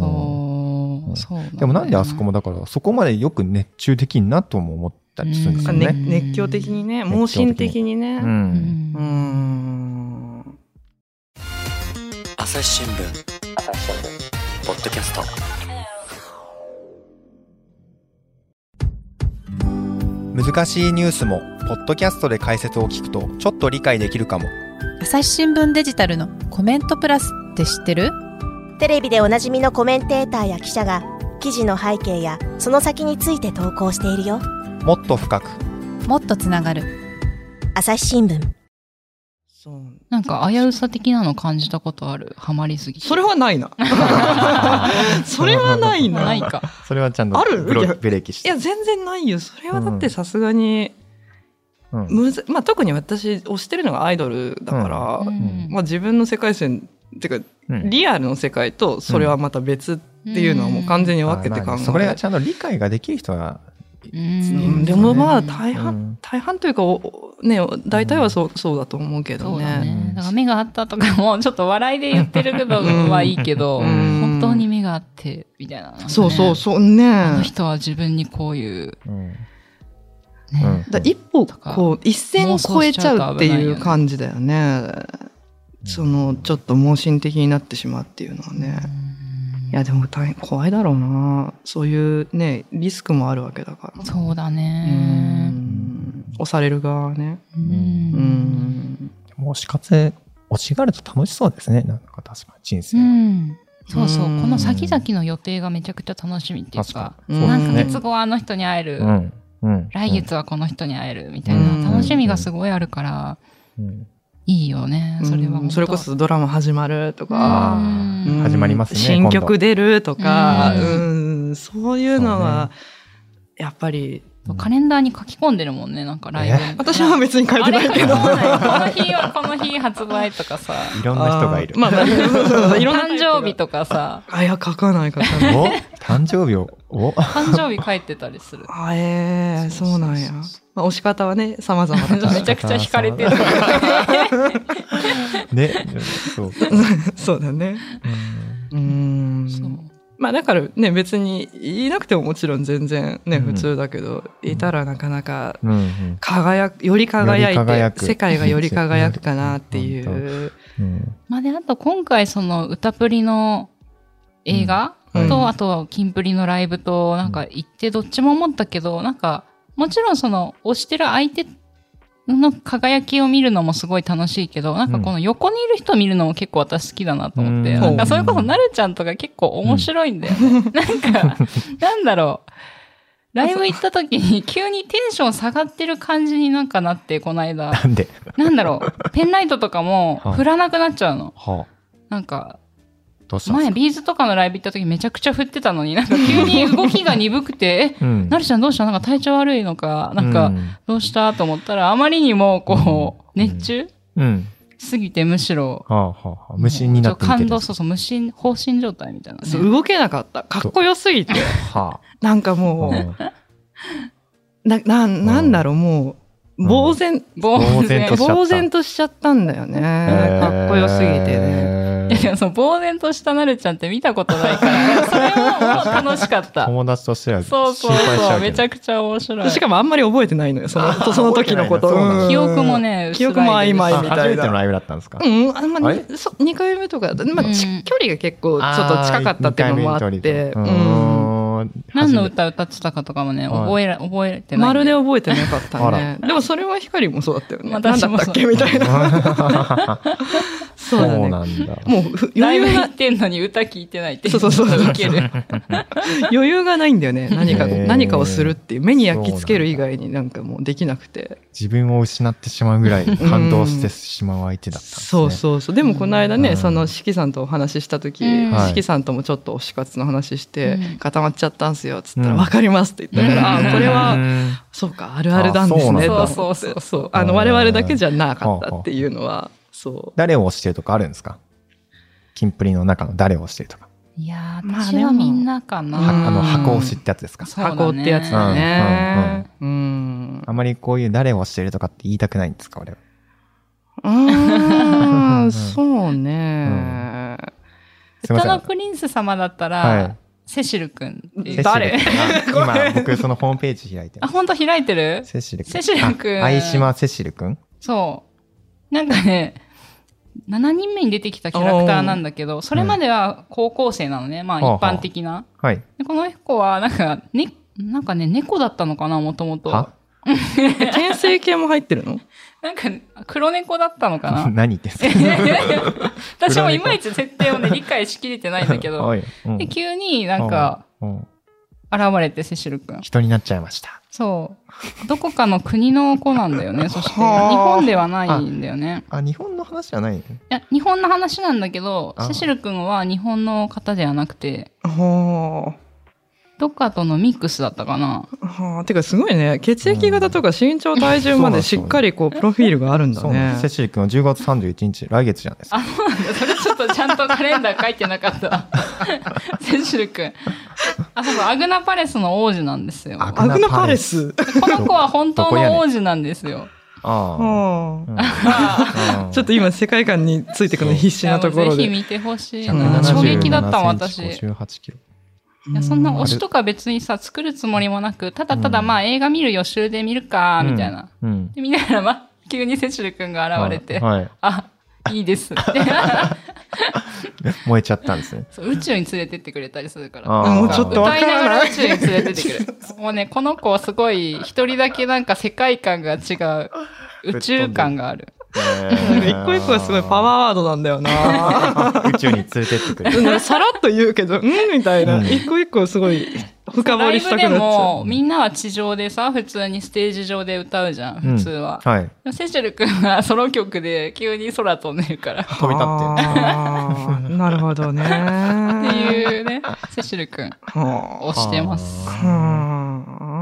[SPEAKER 2] う、そう
[SPEAKER 3] でもなんであそこ
[SPEAKER 2] も
[SPEAKER 3] もだからそこまでよく熱中できんなとも思ったりするんですよ
[SPEAKER 2] うん
[SPEAKER 4] ね
[SPEAKER 3] ね。
[SPEAKER 4] 熱狂的にね、盲信的にね。
[SPEAKER 3] う。
[SPEAKER 4] うん
[SPEAKER 2] うん
[SPEAKER 4] ー
[SPEAKER 2] ん
[SPEAKER 4] ん。
[SPEAKER 5] 朝日新聞ポッドキャスト
[SPEAKER 3] 難しいニュースも、ポッドキャストで解説を聞くと、ちょっと理解できるかも。
[SPEAKER 6] 朝日新聞デジタルのコメントプラスって知ってる
[SPEAKER 7] テレビでおなじみのコメンテーターや記者が記事の背景やその先について投稿しているよ
[SPEAKER 3] もっと深く。
[SPEAKER 6] もっとつながる
[SPEAKER 7] 朝日新聞
[SPEAKER 4] そう。
[SPEAKER 2] なんか危うさ的なの感じたことあるハマりすぎて
[SPEAKER 4] それはな いな。それはないな。
[SPEAKER 2] ないか
[SPEAKER 3] それはちゃんと
[SPEAKER 4] ある
[SPEAKER 3] ブロブレーキし
[SPEAKER 4] い
[SPEAKER 3] て。
[SPEAKER 4] や、全然ないよ。それはだってさすがに、
[SPEAKER 3] うん
[SPEAKER 4] むず、まあ特に私、推してるのがアイドルだから、
[SPEAKER 2] うん
[SPEAKER 4] まあ自分の世界線、てか、
[SPEAKER 3] うん
[SPEAKER 4] リアルの世界とそれはまた別っていうのはもう完全に分けて
[SPEAKER 3] あま
[SPEAKER 4] 考
[SPEAKER 3] あね
[SPEAKER 4] え
[SPEAKER 3] それ
[SPEAKER 4] る
[SPEAKER 3] はちゃんと理解ができる人は、
[SPEAKER 2] うん
[SPEAKER 4] うんでもまあ大
[SPEAKER 3] う
[SPEAKER 4] 半、
[SPEAKER 3] ん
[SPEAKER 4] 大半というかお、ね、大体はそう,、そうだと思うけど
[SPEAKER 2] そう
[SPEAKER 4] ね。
[SPEAKER 2] だね
[SPEAKER 3] うん
[SPEAKER 2] だから目があったとかもちょっと笑いで言ってる部分はいいけど、
[SPEAKER 4] うん
[SPEAKER 2] 本当に目があってみたいな、
[SPEAKER 4] そうそう
[SPEAKER 2] う
[SPEAKER 4] そうね。
[SPEAKER 2] あの人は自分にこういう、
[SPEAKER 3] うん
[SPEAKER 2] ね
[SPEAKER 3] うん
[SPEAKER 4] だ一歩
[SPEAKER 2] か
[SPEAKER 4] こう一線を越えちゃうっていう感じだよね。そのちょっと盲信的になってしまうっていうのはね。いやでも大変怖いだろうな。そういうねリスクもあるわけだから。
[SPEAKER 2] そうだ
[SPEAKER 4] う
[SPEAKER 2] ね
[SPEAKER 4] ん押される側ね。
[SPEAKER 2] うん
[SPEAKER 4] う
[SPEAKER 2] うん、
[SPEAKER 4] ん。
[SPEAKER 3] もう死活、惜しがると楽しそうですね。なんか確かに人生。
[SPEAKER 2] そうそう
[SPEAKER 4] うん
[SPEAKER 2] この先々の予定がめちゃくちゃ楽しみっていう
[SPEAKER 3] 確
[SPEAKER 2] か
[SPEAKER 3] か
[SPEAKER 4] う
[SPEAKER 3] に。
[SPEAKER 2] 何ヶ
[SPEAKER 3] そうです
[SPEAKER 2] 月
[SPEAKER 3] ね
[SPEAKER 2] 後はあの人に会える、
[SPEAKER 3] うん。うん
[SPEAKER 2] 来。月はこの人に会えるみたいな、
[SPEAKER 4] うん
[SPEAKER 2] 楽しみがすごいあるから
[SPEAKER 3] うん
[SPEAKER 2] いいよね、それは
[SPEAKER 4] う
[SPEAKER 2] 本
[SPEAKER 4] ん
[SPEAKER 2] 当
[SPEAKER 4] それこそドラマ始まるとか。
[SPEAKER 3] あー
[SPEAKER 2] うん
[SPEAKER 4] うん
[SPEAKER 3] 始まりますね
[SPEAKER 4] 新曲出るとか、
[SPEAKER 2] う
[SPEAKER 4] うん、そういうのは、やっぱり、
[SPEAKER 2] カレンダーに書き込んでるもんねなんかライブ
[SPEAKER 3] え
[SPEAKER 4] 私は別に書い
[SPEAKER 2] あ
[SPEAKER 4] て
[SPEAKER 2] れ
[SPEAKER 4] ないけ
[SPEAKER 2] そ
[SPEAKER 4] ど。
[SPEAKER 2] うなんよこの日はこの日発売とかさ
[SPEAKER 3] いろんな人がいる。
[SPEAKER 4] あーまあ、まあそうそう そういろんな
[SPEAKER 2] 誕生日とかさ
[SPEAKER 4] あ、いや、書かない、書かない。
[SPEAKER 3] お誕生日を、お
[SPEAKER 2] 誕生日書いてたりする
[SPEAKER 4] あえー、そうなんや。まあ、押し方はね、様々だ から
[SPEAKER 2] めちゃくちゃ惹かれてる
[SPEAKER 3] ね。そう。
[SPEAKER 4] そうだね。
[SPEAKER 3] うん
[SPEAKER 4] うーん。
[SPEAKER 2] そう
[SPEAKER 4] まあ、だからね、別に、いなくてももちろん全然ね、
[SPEAKER 3] うん
[SPEAKER 4] 普通だけど、いたらなかなか、
[SPEAKER 3] うんうん
[SPEAKER 4] 輝く、より輝いて、
[SPEAKER 3] より輝く
[SPEAKER 4] 世界がより輝くかなって い
[SPEAKER 3] うん
[SPEAKER 4] う。
[SPEAKER 3] うん
[SPEAKER 2] まあであと今回その歌プリの映画と、
[SPEAKER 3] うんはい
[SPEAKER 2] あとはキンプリのライブとなんか行ってどっちも思ったけどなんかもちろんその推してる相手の輝きを見るのもすごい楽しいけど、なんかこの横にいる人見るのも結構私好きだなと思って、
[SPEAKER 3] うん
[SPEAKER 2] なんかそれこそなるちゃんとか結構面白いんだよね。 なんか、なんだろう。ライブ行った時に急にテンション下がってる感じになんかなって、この間。
[SPEAKER 3] なんで
[SPEAKER 2] なんだろう、ペンライトとかも
[SPEAKER 3] はい
[SPEAKER 2] 振らなくなっちゃうの。
[SPEAKER 3] はあ
[SPEAKER 2] なんか、
[SPEAKER 3] どうしたんです
[SPEAKER 2] 前
[SPEAKER 3] か
[SPEAKER 2] ビーズとかのライブ行った時めちゃくちゃ振ってたのに、なんか急に動きが鈍くて、
[SPEAKER 3] う
[SPEAKER 2] え、
[SPEAKER 3] ん
[SPEAKER 2] なるちゃんどうしたなんか体調悪いのか、なん
[SPEAKER 3] う
[SPEAKER 2] か
[SPEAKER 3] ん
[SPEAKER 2] どうしたと思ったら、あまりにもこう、
[SPEAKER 3] うん
[SPEAKER 2] 熱中
[SPEAKER 3] うん。
[SPEAKER 2] すぎてむしろ、
[SPEAKER 3] はあはあはあ無心になって
[SPEAKER 2] ちょ
[SPEAKER 3] 見
[SPEAKER 2] っと
[SPEAKER 3] て
[SPEAKER 2] 感
[SPEAKER 3] る
[SPEAKER 2] 動、。そうそう、無心、放心状態みたいなね、
[SPEAKER 4] そう動けなかった。かっこよすぎて。
[SPEAKER 3] は
[SPEAKER 4] なんか
[SPEAKER 3] あ。
[SPEAKER 4] も
[SPEAKER 3] う
[SPEAKER 4] う、
[SPEAKER 3] ん
[SPEAKER 4] な、な、なんだろう、もう、
[SPEAKER 3] ん
[SPEAKER 4] 呆然、
[SPEAKER 2] 呆
[SPEAKER 3] 呆然
[SPEAKER 2] 然
[SPEAKER 3] としちゃった
[SPEAKER 4] 呆然としちゃったんだよね。かっこよすぎてね。
[SPEAKER 2] いやでもその呆然としたなるちゃんって見たことないから、それも楽しか った。
[SPEAKER 3] 友達としては心
[SPEAKER 2] そう
[SPEAKER 3] 配し
[SPEAKER 2] そう
[SPEAKER 3] ち
[SPEAKER 2] そ
[SPEAKER 3] ゃ
[SPEAKER 2] う、
[SPEAKER 3] うけ
[SPEAKER 2] め
[SPEAKER 3] ど
[SPEAKER 2] ちゃくちゃ面白い。
[SPEAKER 4] しかもあんまり覚えてないのよ、その、その時のこと
[SPEAKER 3] 覚えてないなそうなんだ
[SPEAKER 4] うん
[SPEAKER 2] 記憶もね、
[SPEAKER 4] 記憶も曖昧
[SPEAKER 3] あ
[SPEAKER 4] みたいな
[SPEAKER 3] 初めてのライブだったんですか
[SPEAKER 4] うん、あんま
[SPEAKER 3] あ
[SPEAKER 4] り、そ2回目とか、ま
[SPEAKER 2] うん
[SPEAKER 4] あ、ち距離が結構ちょっと近かったっていうのもあって、うん
[SPEAKER 2] 何の歌歌ってたかとかもね、
[SPEAKER 3] はい
[SPEAKER 2] 覚えら、覚えてない。
[SPEAKER 4] まるで覚えてなかった
[SPEAKER 3] あ
[SPEAKER 4] ね。でもそれは光もそうだったよね。なんだ
[SPEAKER 2] 私も
[SPEAKER 4] っ
[SPEAKER 2] そう
[SPEAKER 4] たっけみたいな。
[SPEAKER 3] そ
[SPEAKER 4] そううだね。
[SPEAKER 3] なんだ。
[SPEAKER 4] もうふ
[SPEAKER 2] ラ
[SPEAKER 4] 余
[SPEAKER 2] イブ
[SPEAKER 4] 裕
[SPEAKER 2] 行
[SPEAKER 4] が
[SPEAKER 2] っ、てんのに歌聞いてないって。
[SPEAKER 4] そうそうそうそう
[SPEAKER 2] ウケる。
[SPEAKER 4] 余裕がないんだよね。何か、
[SPEAKER 3] へー
[SPEAKER 4] 何かをするっていう、目に焼き付ける以外になんかもうできなくて。
[SPEAKER 3] 自分を失ってしまうぐらい感動してしまう相手だったんですね。
[SPEAKER 4] そうそうそう。でもこの間
[SPEAKER 3] う
[SPEAKER 4] ね、
[SPEAKER 3] ん
[SPEAKER 4] その四季さんとお話しした時、
[SPEAKER 2] うん
[SPEAKER 3] はい
[SPEAKER 4] 四季さんともちょっと推し活の話して
[SPEAKER 2] うん、
[SPEAKER 4] 固まっちゃったんすよ、つった
[SPEAKER 3] う
[SPEAKER 4] ら、
[SPEAKER 3] ん
[SPEAKER 4] わかりますって言ったから、あーこれは、
[SPEAKER 3] は、
[SPEAKER 4] そうか、あるあるなんですね。
[SPEAKER 2] そ
[SPEAKER 4] と
[SPEAKER 2] うそうそうそう。
[SPEAKER 4] あの、我々だけじゃなかったっていうのは、そう。
[SPEAKER 3] 誰を推してるとかあるんですかキンプリの中の誰を推してるとか。
[SPEAKER 2] いやー、
[SPEAKER 4] まあ
[SPEAKER 2] 私はみんなかな。
[SPEAKER 4] でも
[SPEAKER 3] あの、
[SPEAKER 4] うん
[SPEAKER 3] 箱推しってやつですか。
[SPEAKER 2] そうだね
[SPEAKER 4] 箱ってやつだね。うん。
[SPEAKER 3] あまりこういう誰を推してるとかって言いたくないんですか、俺は。
[SPEAKER 4] うーん、そう
[SPEAKER 3] う
[SPEAKER 4] ね。
[SPEAKER 2] 歌の
[SPEAKER 3] は
[SPEAKER 2] プリンス様だったら、
[SPEAKER 3] はい
[SPEAKER 2] セシル君っていう
[SPEAKER 3] セシル
[SPEAKER 4] 誰
[SPEAKER 3] 君あ今、僕、そのホームページ開いて
[SPEAKER 2] あ、
[SPEAKER 3] ます。
[SPEAKER 2] 本当開いてる
[SPEAKER 3] セシル君。
[SPEAKER 2] セシル君
[SPEAKER 3] あ相島セシル君
[SPEAKER 2] そう。なんかね、7人目に出てきたキャラクターなんだけど、それまでは高校生なのね。まあ一
[SPEAKER 3] はあはあ
[SPEAKER 2] 般的な。
[SPEAKER 3] はい。
[SPEAKER 2] でこの子は、なんか、ね、なんかね、猫だったのかな、もともと。
[SPEAKER 3] は
[SPEAKER 4] え転生系も入ってるの
[SPEAKER 2] なんか、黒猫だったのかな。
[SPEAKER 3] 何言ってんすか
[SPEAKER 2] 私もいまいち設定をね、理解しきれてないんだけ ど
[SPEAKER 3] は。いうん
[SPEAKER 2] で、急になんか、
[SPEAKER 3] うん
[SPEAKER 2] 現れて、セシル君。
[SPEAKER 3] 人になっちゃいました。
[SPEAKER 2] そう。どこかの国の子なんだよ ね。そして、日
[SPEAKER 4] はあ
[SPEAKER 2] 本ではないんだよね。
[SPEAKER 3] あ、日本の話じゃないの
[SPEAKER 2] いや、日本の話なんだけど、
[SPEAKER 3] あ
[SPEAKER 2] セシル君は日本の方ではなくて、
[SPEAKER 4] は
[SPEAKER 2] どっかとのミックスだったかな。
[SPEAKER 4] あ。はあ。てかすごいね。血液型とか身長体重までしっかりこう、プロフィールがあるんだ
[SPEAKER 3] そうなんで
[SPEAKER 4] ね
[SPEAKER 3] す。セ。シル君は10月31日、来月じゃないですか。
[SPEAKER 2] それちょっとちゃんとカレンダー書いてなかった。 セシル君。あ、そうそう、アグナパレスの王子なんですよ。
[SPEAKER 3] ア
[SPEAKER 2] こ
[SPEAKER 4] アグナパレス。
[SPEAKER 2] の子は本当の王子なんですよ。
[SPEAKER 3] あ
[SPEAKER 4] は
[SPEAKER 2] ま
[SPEAKER 3] あ。
[SPEAKER 2] あ
[SPEAKER 3] うん
[SPEAKER 4] あ。ちょっと今世界観についてくの必死なとこ
[SPEAKER 2] ぜ
[SPEAKER 4] ろ
[SPEAKER 2] ひ
[SPEAKER 4] で。
[SPEAKER 2] 見てほしい
[SPEAKER 4] うん
[SPEAKER 2] な。衝撃だったもん、
[SPEAKER 3] 177
[SPEAKER 2] 私。
[SPEAKER 3] センチ
[SPEAKER 2] い
[SPEAKER 3] 58キロ。
[SPEAKER 2] や、そんな推
[SPEAKER 3] し
[SPEAKER 2] しとか別にさ、作るつもりもなく、ただただまあ映画見る予習で見るか、みたいな。
[SPEAKER 3] うん。
[SPEAKER 2] で見ながら、ま、 急にセシル君が現れて、
[SPEAKER 3] はい。はい
[SPEAKER 2] あ、いいですって。
[SPEAKER 3] 燃えちゃったんです ね。
[SPEAKER 2] そう宇宙に連れてってくれたりするから。
[SPEAKER 3] あー
[SPEAKER 4] もうちょっとわか
[SPEAKER 2] 歌いなが
[SPEAKER 4] ら
[SPEAKER 2] ら
[SPEAKER 4] な
[SPEAKER 2] 宇
[SPEAKER 4] い。
[SPEAKER 2] 宙に連れてってくれ る。もうね、この子はすごい、一人だけなんか世界観が違う。宇宙感がある。
[SPEAKER 4] なんか一個一個はすごいパワーワードなんだよな。
[SPEAKER 3] ー。宇宙に連れてって くれる。
[SPEAKER 4] なんかさらっと言うけど、うんみたいな。
[SPEAKER 3] うん
[SPEAKER 4] 一個一個すごい深掘
[SPEAKER 2] ライ
[SPEAKER 4] りし
[SPEAKER 2] ブ
[SPEAKER 4] たくな
[SPEAKER 2] で
[SPEAKER 4] っちゃ
[SPEAKER 2] も、みんなは地上でさ、普通にステージ上で歌うじゃん、
[SPEAKER 3] うん
[SPEAKER 2] 普通は。
[SPEAKER 3] はい。
[SPEAKER 2] でもセシル君はソロ曲で急に空飛んでるから。
[SPEAKER 4] う。
[SPEAKER 3] 飛び立って。
[SPEAKER 4] あーなるほどね。
[SPEAKER 2] っていうね、セシル君、
[SPEAKER 4] は
[SPEAKER 2] 推してます。
[SPEAKER 4] あ。
[SPEAKER 3] は
[SPEAKER 4] は
[SPEAKER 3] あ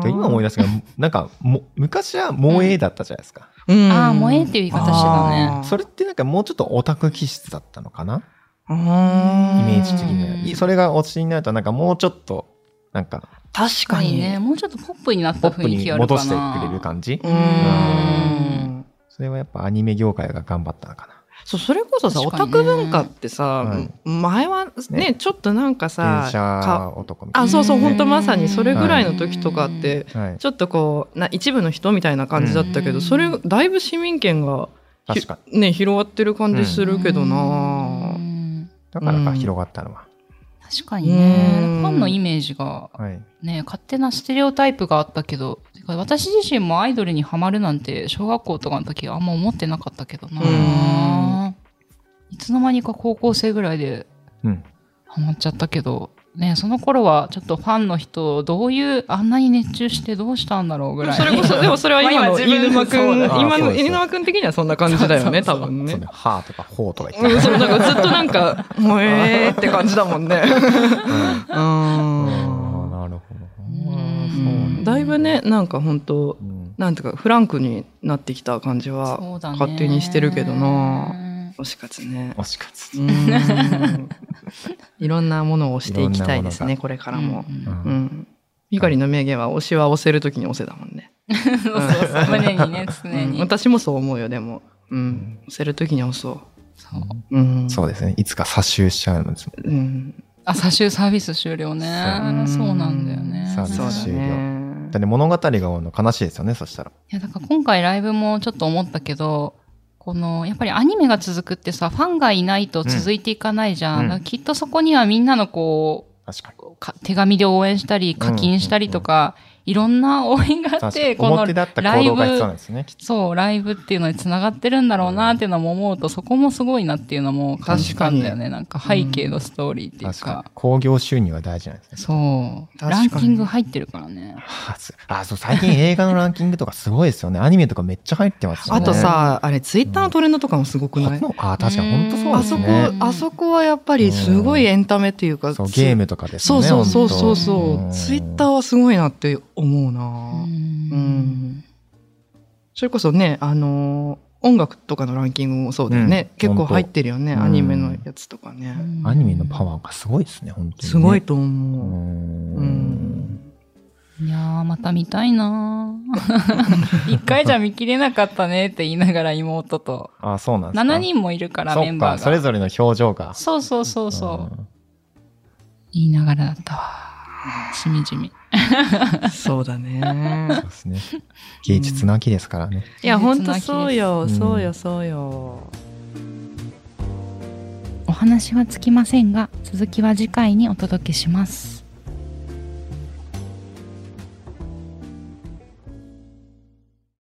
[SPEAKER 4] あ
[SPEAKER 3] 今思い出すけど、なんか、も、昔は萌えだったじゃないですか。
[SPEAKER 4] うん
[SPEAKER 2] ああ、萌えっていう言い方してたね。
[SPEAKER 4] あー
[SPEAKER 3] それってなんかもうちょっとオタク気質だったのかな
[SPEAKER 4] うー
[SPEAKER 3] イ
[SPEAKER 4] ん
[SPEAKER 3] メージ的
[SPEAKER 2] う
[SPEAKER 3] に
[SPEAKER 2] ん
[SPEAKER 3] は。それが推しになると、なんかもうちょっと、なんか、
[SPEAKER 4] 確
[SPEAKER 2] 確
[SPEAKER 4] か
[SPEAKER 2] かに
[SPEAKER 4] に
[SPEAKER 2] ね、
[SPEAKER 4] ね。
[SPEAKER 2] もうちょっとポップになっ
[SPEAKER 3] ポ
[SPEAKER 2] た
[SPEAKER 3] ップ
[SPEAKER 2] 雰囲気
[SPEAKER 3] に
[SPEAKER 2] あるか
[SPEAKER 3] 戻
[SPEAKER 2] な。
[SPEAKER 3] してくれる感じ
[SPEAKER 4] う。ーん。
[SPEAKER 3] それはやっぱアニメ業界が頑張ったのかな。
[SPEAKER 4] そうそれこそさ、オ
[SPEAKER 2] 確か
[SPEAKER 4] タ
[SPEAKER 2] にね
[SPEAKER 4] ク文化ってさ、
[SPEAKER 3] はい
[SPEAKER 4] 前はね
[SPEAKER 3] ね
[SPEAKER 4] ちょっとなんかさ
[SPEAKER 3] 電
[SPEAKER 4] か
[SPEAKER 3] 車男みたい
[SPEAKER 4] あそうそう
[SPEAKER 2] うん
[SPEAKER 4] 本当まさにそれぐらいの時とかって、
[SPEAKER 3] な。はい。
[SPEAKER 4] ちょっとこうな一部の人みたいな感じだったけど、
[SPEAKER 2] うん
[SPEAKER 4] それだいぶ市民権がひ
[SPEAKER 3] 確かに。
[SPEAKER 4] ね広がってる感じするけど
[SPEAKER 2] う
[SPEAKER 4] な、
[SPEAKER 2] ん
[SPEAKER 3] だからか
[SPEAKER 4] うん
[SPEAKER 3] 広がったのは。
[SPEAKER 2] 確かにね、フ
[SPEAKER 4] うん
[SPEAKER 2] ァンのイメージが
[SPEAKER 3] はい。
[SPEAKER 2] ね、勝手なステレオタイプがあったけど、てか私自身もアイドルにハマるなんて小学校とかの時はあんま思ってなかったけどな。いつの間にか高校生ぐらいで
[SPEAKER 3] うん。
[SPEAKER 2] ハマっちゃったけど、ね、その頃はちょっとファンの人をどういう、あんなに熱中してどうしたんだろうぐらい。
[SPEAKER 4] それこそでもそれは今
[SPEAKER 2] ま
[SPEAKER 4] の
[SPEAKER 2] あ 今
[SPEAKER 4] 飯沼
[SPEAKER 2] 自
[SPEAKER 4] 君
[SPEAKER 2] 分で
[SPEAKER 3] そうだ
[SPEAKER 4] 今
[SPEAKER 3] あそうで
[SPEAKER 4] の
[SPEAKER 3] す
[SPEAKER 4] 飯沼君的にはそんな感じだよね
[SPEAKER 2] そう
[SPEAKER 4] 多
[SPEAKER 2] そうそう
[SPEAKER 4] 分
[SPEAKER 3] そ
[SPEAKER 4] ね
[SPEAKER 3] うね。。はーとかほーとか言っ
[SPEAKER 4] う
[SPEAKER 3] てた。
[SPEAKER 4] ん、そうなんかずっとなんか「もうええ」って感じだもんね。う
[SPEAKER 3] うん
[SPEAKER 4] ん
[SPEAKER 3] あーなるほど。
[SPEAKER 2] うん
[SPEAKER 4] だいぶねなんか本当
[SPEAKER 3] うん
[SPEAKER 4] なんていうかフランクになってきた感じは
[SPEAKER 2] そうだね
[SPEAKER 4] 勝手にしてるけどな推し活ね
[SPEAKER 3] 推し活。
[SPEAKER 4] うーん いろんなものを推していきたいですね
[SPEAKER 3] い
[SPEAKER 4] これか
[SPEAKER 2] から
[SPEAKER 4] も
[SPEAKER 2] うん
[SPEAKER 3] う
[SPEAKER 2] うん
[SPEAKER 4] うんんゆかりの名言は推しは押せるときに押せだもん ね、
[SPEAKER 2] そうそう そう胸にね、常
[SPEAKER 4] うん
[SPEAKER 2] に。
[SPEAKER 4] 私もそう思うよでもうん押せるときに押そ
[SPEAKER 2] そう
[SPEAKER 4] ううん
[SPEAKER 3] そうですね。いつか差ししちゃうんです。
[SPEAKER 4] うん
[SPEAKER 2] 朝週サービス終了ね。
[SPEAKER 4] そう
[SPEAKER 2] そうなんだよね。
[SPEAKER 3] サービ
[SPEAKER 4] そう
[SPEAKER 3] ス
[SPEAKER 4] だ
[SPEAKER 3] 終了
[SPEAKER 4] ね
[SPEAKER 3] だって物語が終わるの悲しいですよね、そしたら。
[SPEAKER 2] いや、だから今回ライブもちょっと思ったけど、この、やっぱりアニメが続くってさ、ファンがいないと続いていかないじゃん。
[SPEAKER 3] うん
[SPEAKER 2] だからきっとそこにはみんなのこ
[SPEAKER 3] 確かに。
[SPEAKER 2] う、か手紙で応援したり、課金したりとか、いろんな応援があっ
[SPEAKER 3] 確かに
[SPEAKER 2] て、この
[SPEAKER 3] 表だった
[SPEAKER 2] ラ
[SPEAKER 3] 行
[SPEAKER 2] イ
[SPEAKER 3] 動が必要なん
[SPEAKER 2] ブ、
[SPEAKER 3] ですね、きっ
[SPEAKER 2] そう、ライブっていうのに繋がってるんだろうなっていうのも思うと、そこもすごいなっていうのも感じたんだよね。なんか背景のストーリーってい
[SPEAKER 3] と
[SPEAKER 2] う
[SPEAKER 3] 確か
[SPEAKER 2] か。
[SPEAKER 3] に。興行収入は大事なんですね。
[SPEAKER 2] そう。
[SPEAKER 4] 確か
[SPEAKER 2] ラン
[SPEAKER 4] に
[SPEAKER 2] キング入ってるからね。
[SPEAKER 3] あすあそう最近映画のランキングとかすごいですよね。アニメとかめっちゃ入ってますよ
[SPEAKER 4] あ
[SPEAKER 3] ね。
[SPEAKER 4] とさあれツイッターのトレンドとかもすごくない
[SPEAKER 3] ほあ確かに本当そう
[SPEAKER 4] あ
[SPEAKER 3] で
[SPEAKER 4] そ
[SPEAKER 3] す
[SPEAKER 4] こ
[SPEAKER 3] ね。
[SPEAKER 4] あそこはやっぱりすごいエンタメっていうか
[SPEAKER 3] そうゲームとかです
[SPEAKER 4] そ
[SPEAKER 3] よ
[SPEAKER 4] う
[SPEAKER 3] ね。
[SPEAKER 4] そうそうそう
[SPEAKER 3] 本当
[SPEAKER 4] そう。ツイッターはすごいなって思うな。
[SPEAKER 2] う
[SPEAKER 4] うんん。それこそね、あのー音楽とかのランキングもそうだよね。
[SPEAKER 3] うん
[SPEAKER 4] 結構
[SPEAKER 3] 本当
[SPEAKER 4] 入ってるよね。
[SPEAKER 3] うん
[SPEAKER 4] アニメのやつとかね。
[SPEAKER 3] アニメのパワーがすごいですね、本当にね。
[SPEAKER 4] すごいうと
[SPEAKER 3] ー。
[SPEAKER 4] 思う。うんん。
[SPEAKER 2] いやー、また見たいな ー一回じゃ見切れなかったねって言いながら妹と。
[SPEAKER 3] あ、そうなんですか。
[SPEAKER 2] 7人もいるからメ
[SPEAKER 3] そ
[SPEAKER 2] ン
[SPEAKER 3] っ
[SPEAKER 2] バ
[SPEAKER 3] か、
[SPEAKER 2] ー
[SPEAKER 3] そ
[SPEAKER 2] が。
[SPEAKER 3] れぞれの表情が。
[SPEAKER 2] そうそうそうそう。
[SPEAKER 1] 言いながらだったわ。しみじみ。
[SPEAKER 4] そうだね
[SPEAKER 3] そ。うですね。芸術の秋ですからね。
[SPEAKER 4] いや、ほんとそうよ、
[SPEAKER 3] うん
[SPEAKER 4] そうよ、そうよ。
[SPEAKER 1] お話はつきませんが、続きは次回にお届けします。